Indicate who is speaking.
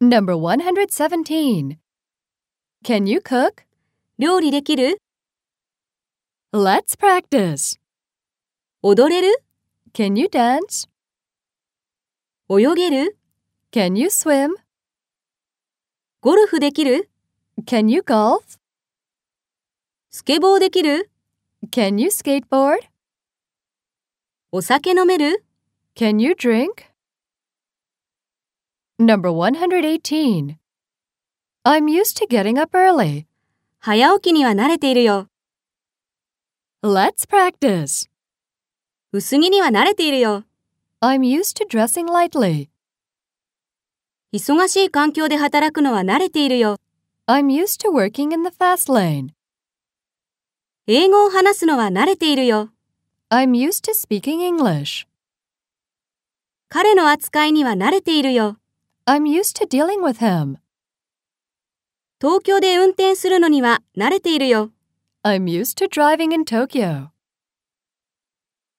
Speaker 1: Number 117. Can you cook?
Speaker 2: 料理できる
Speaker 1: Let's practice.
Speaker 2: 踊れる
Speaker 1: Can you dance?
Speaker 2: 泳げる
Speaker 1: Can you swim?
Speaker 2: ゴルフできる
Speaker 1: Can you golf?
Speaker 2: スケボーできる
Speaker 1: Can you skateboard?
Speaker 2: お酒飲める
Speaker 1: Can you drink? Number 118. I'm used to getting up early.
Speaker 2: 早起きには慣れているよ。
Speaker 1: Let's practice.
Speaker 2: 薄着には慣れているよ。
Speaker 1: I'm used to dressing lightly.
Speaker 2: 忙しい環境で働くのは慣れているよ。
Speaker 1: I'm used to working in the fast lane.
Speaker 2: 英語を話すのは慣れているよ。
Speaker 1: I'm used to speaking English.
Speaker 2: 彼の扱いには慣れているよ。
Speaker 1: I'm used to dealing with him.
Speaker 2: 東京で運転するのには慣れているよ。
Speaker 1: I'm used to driving in Tokyo.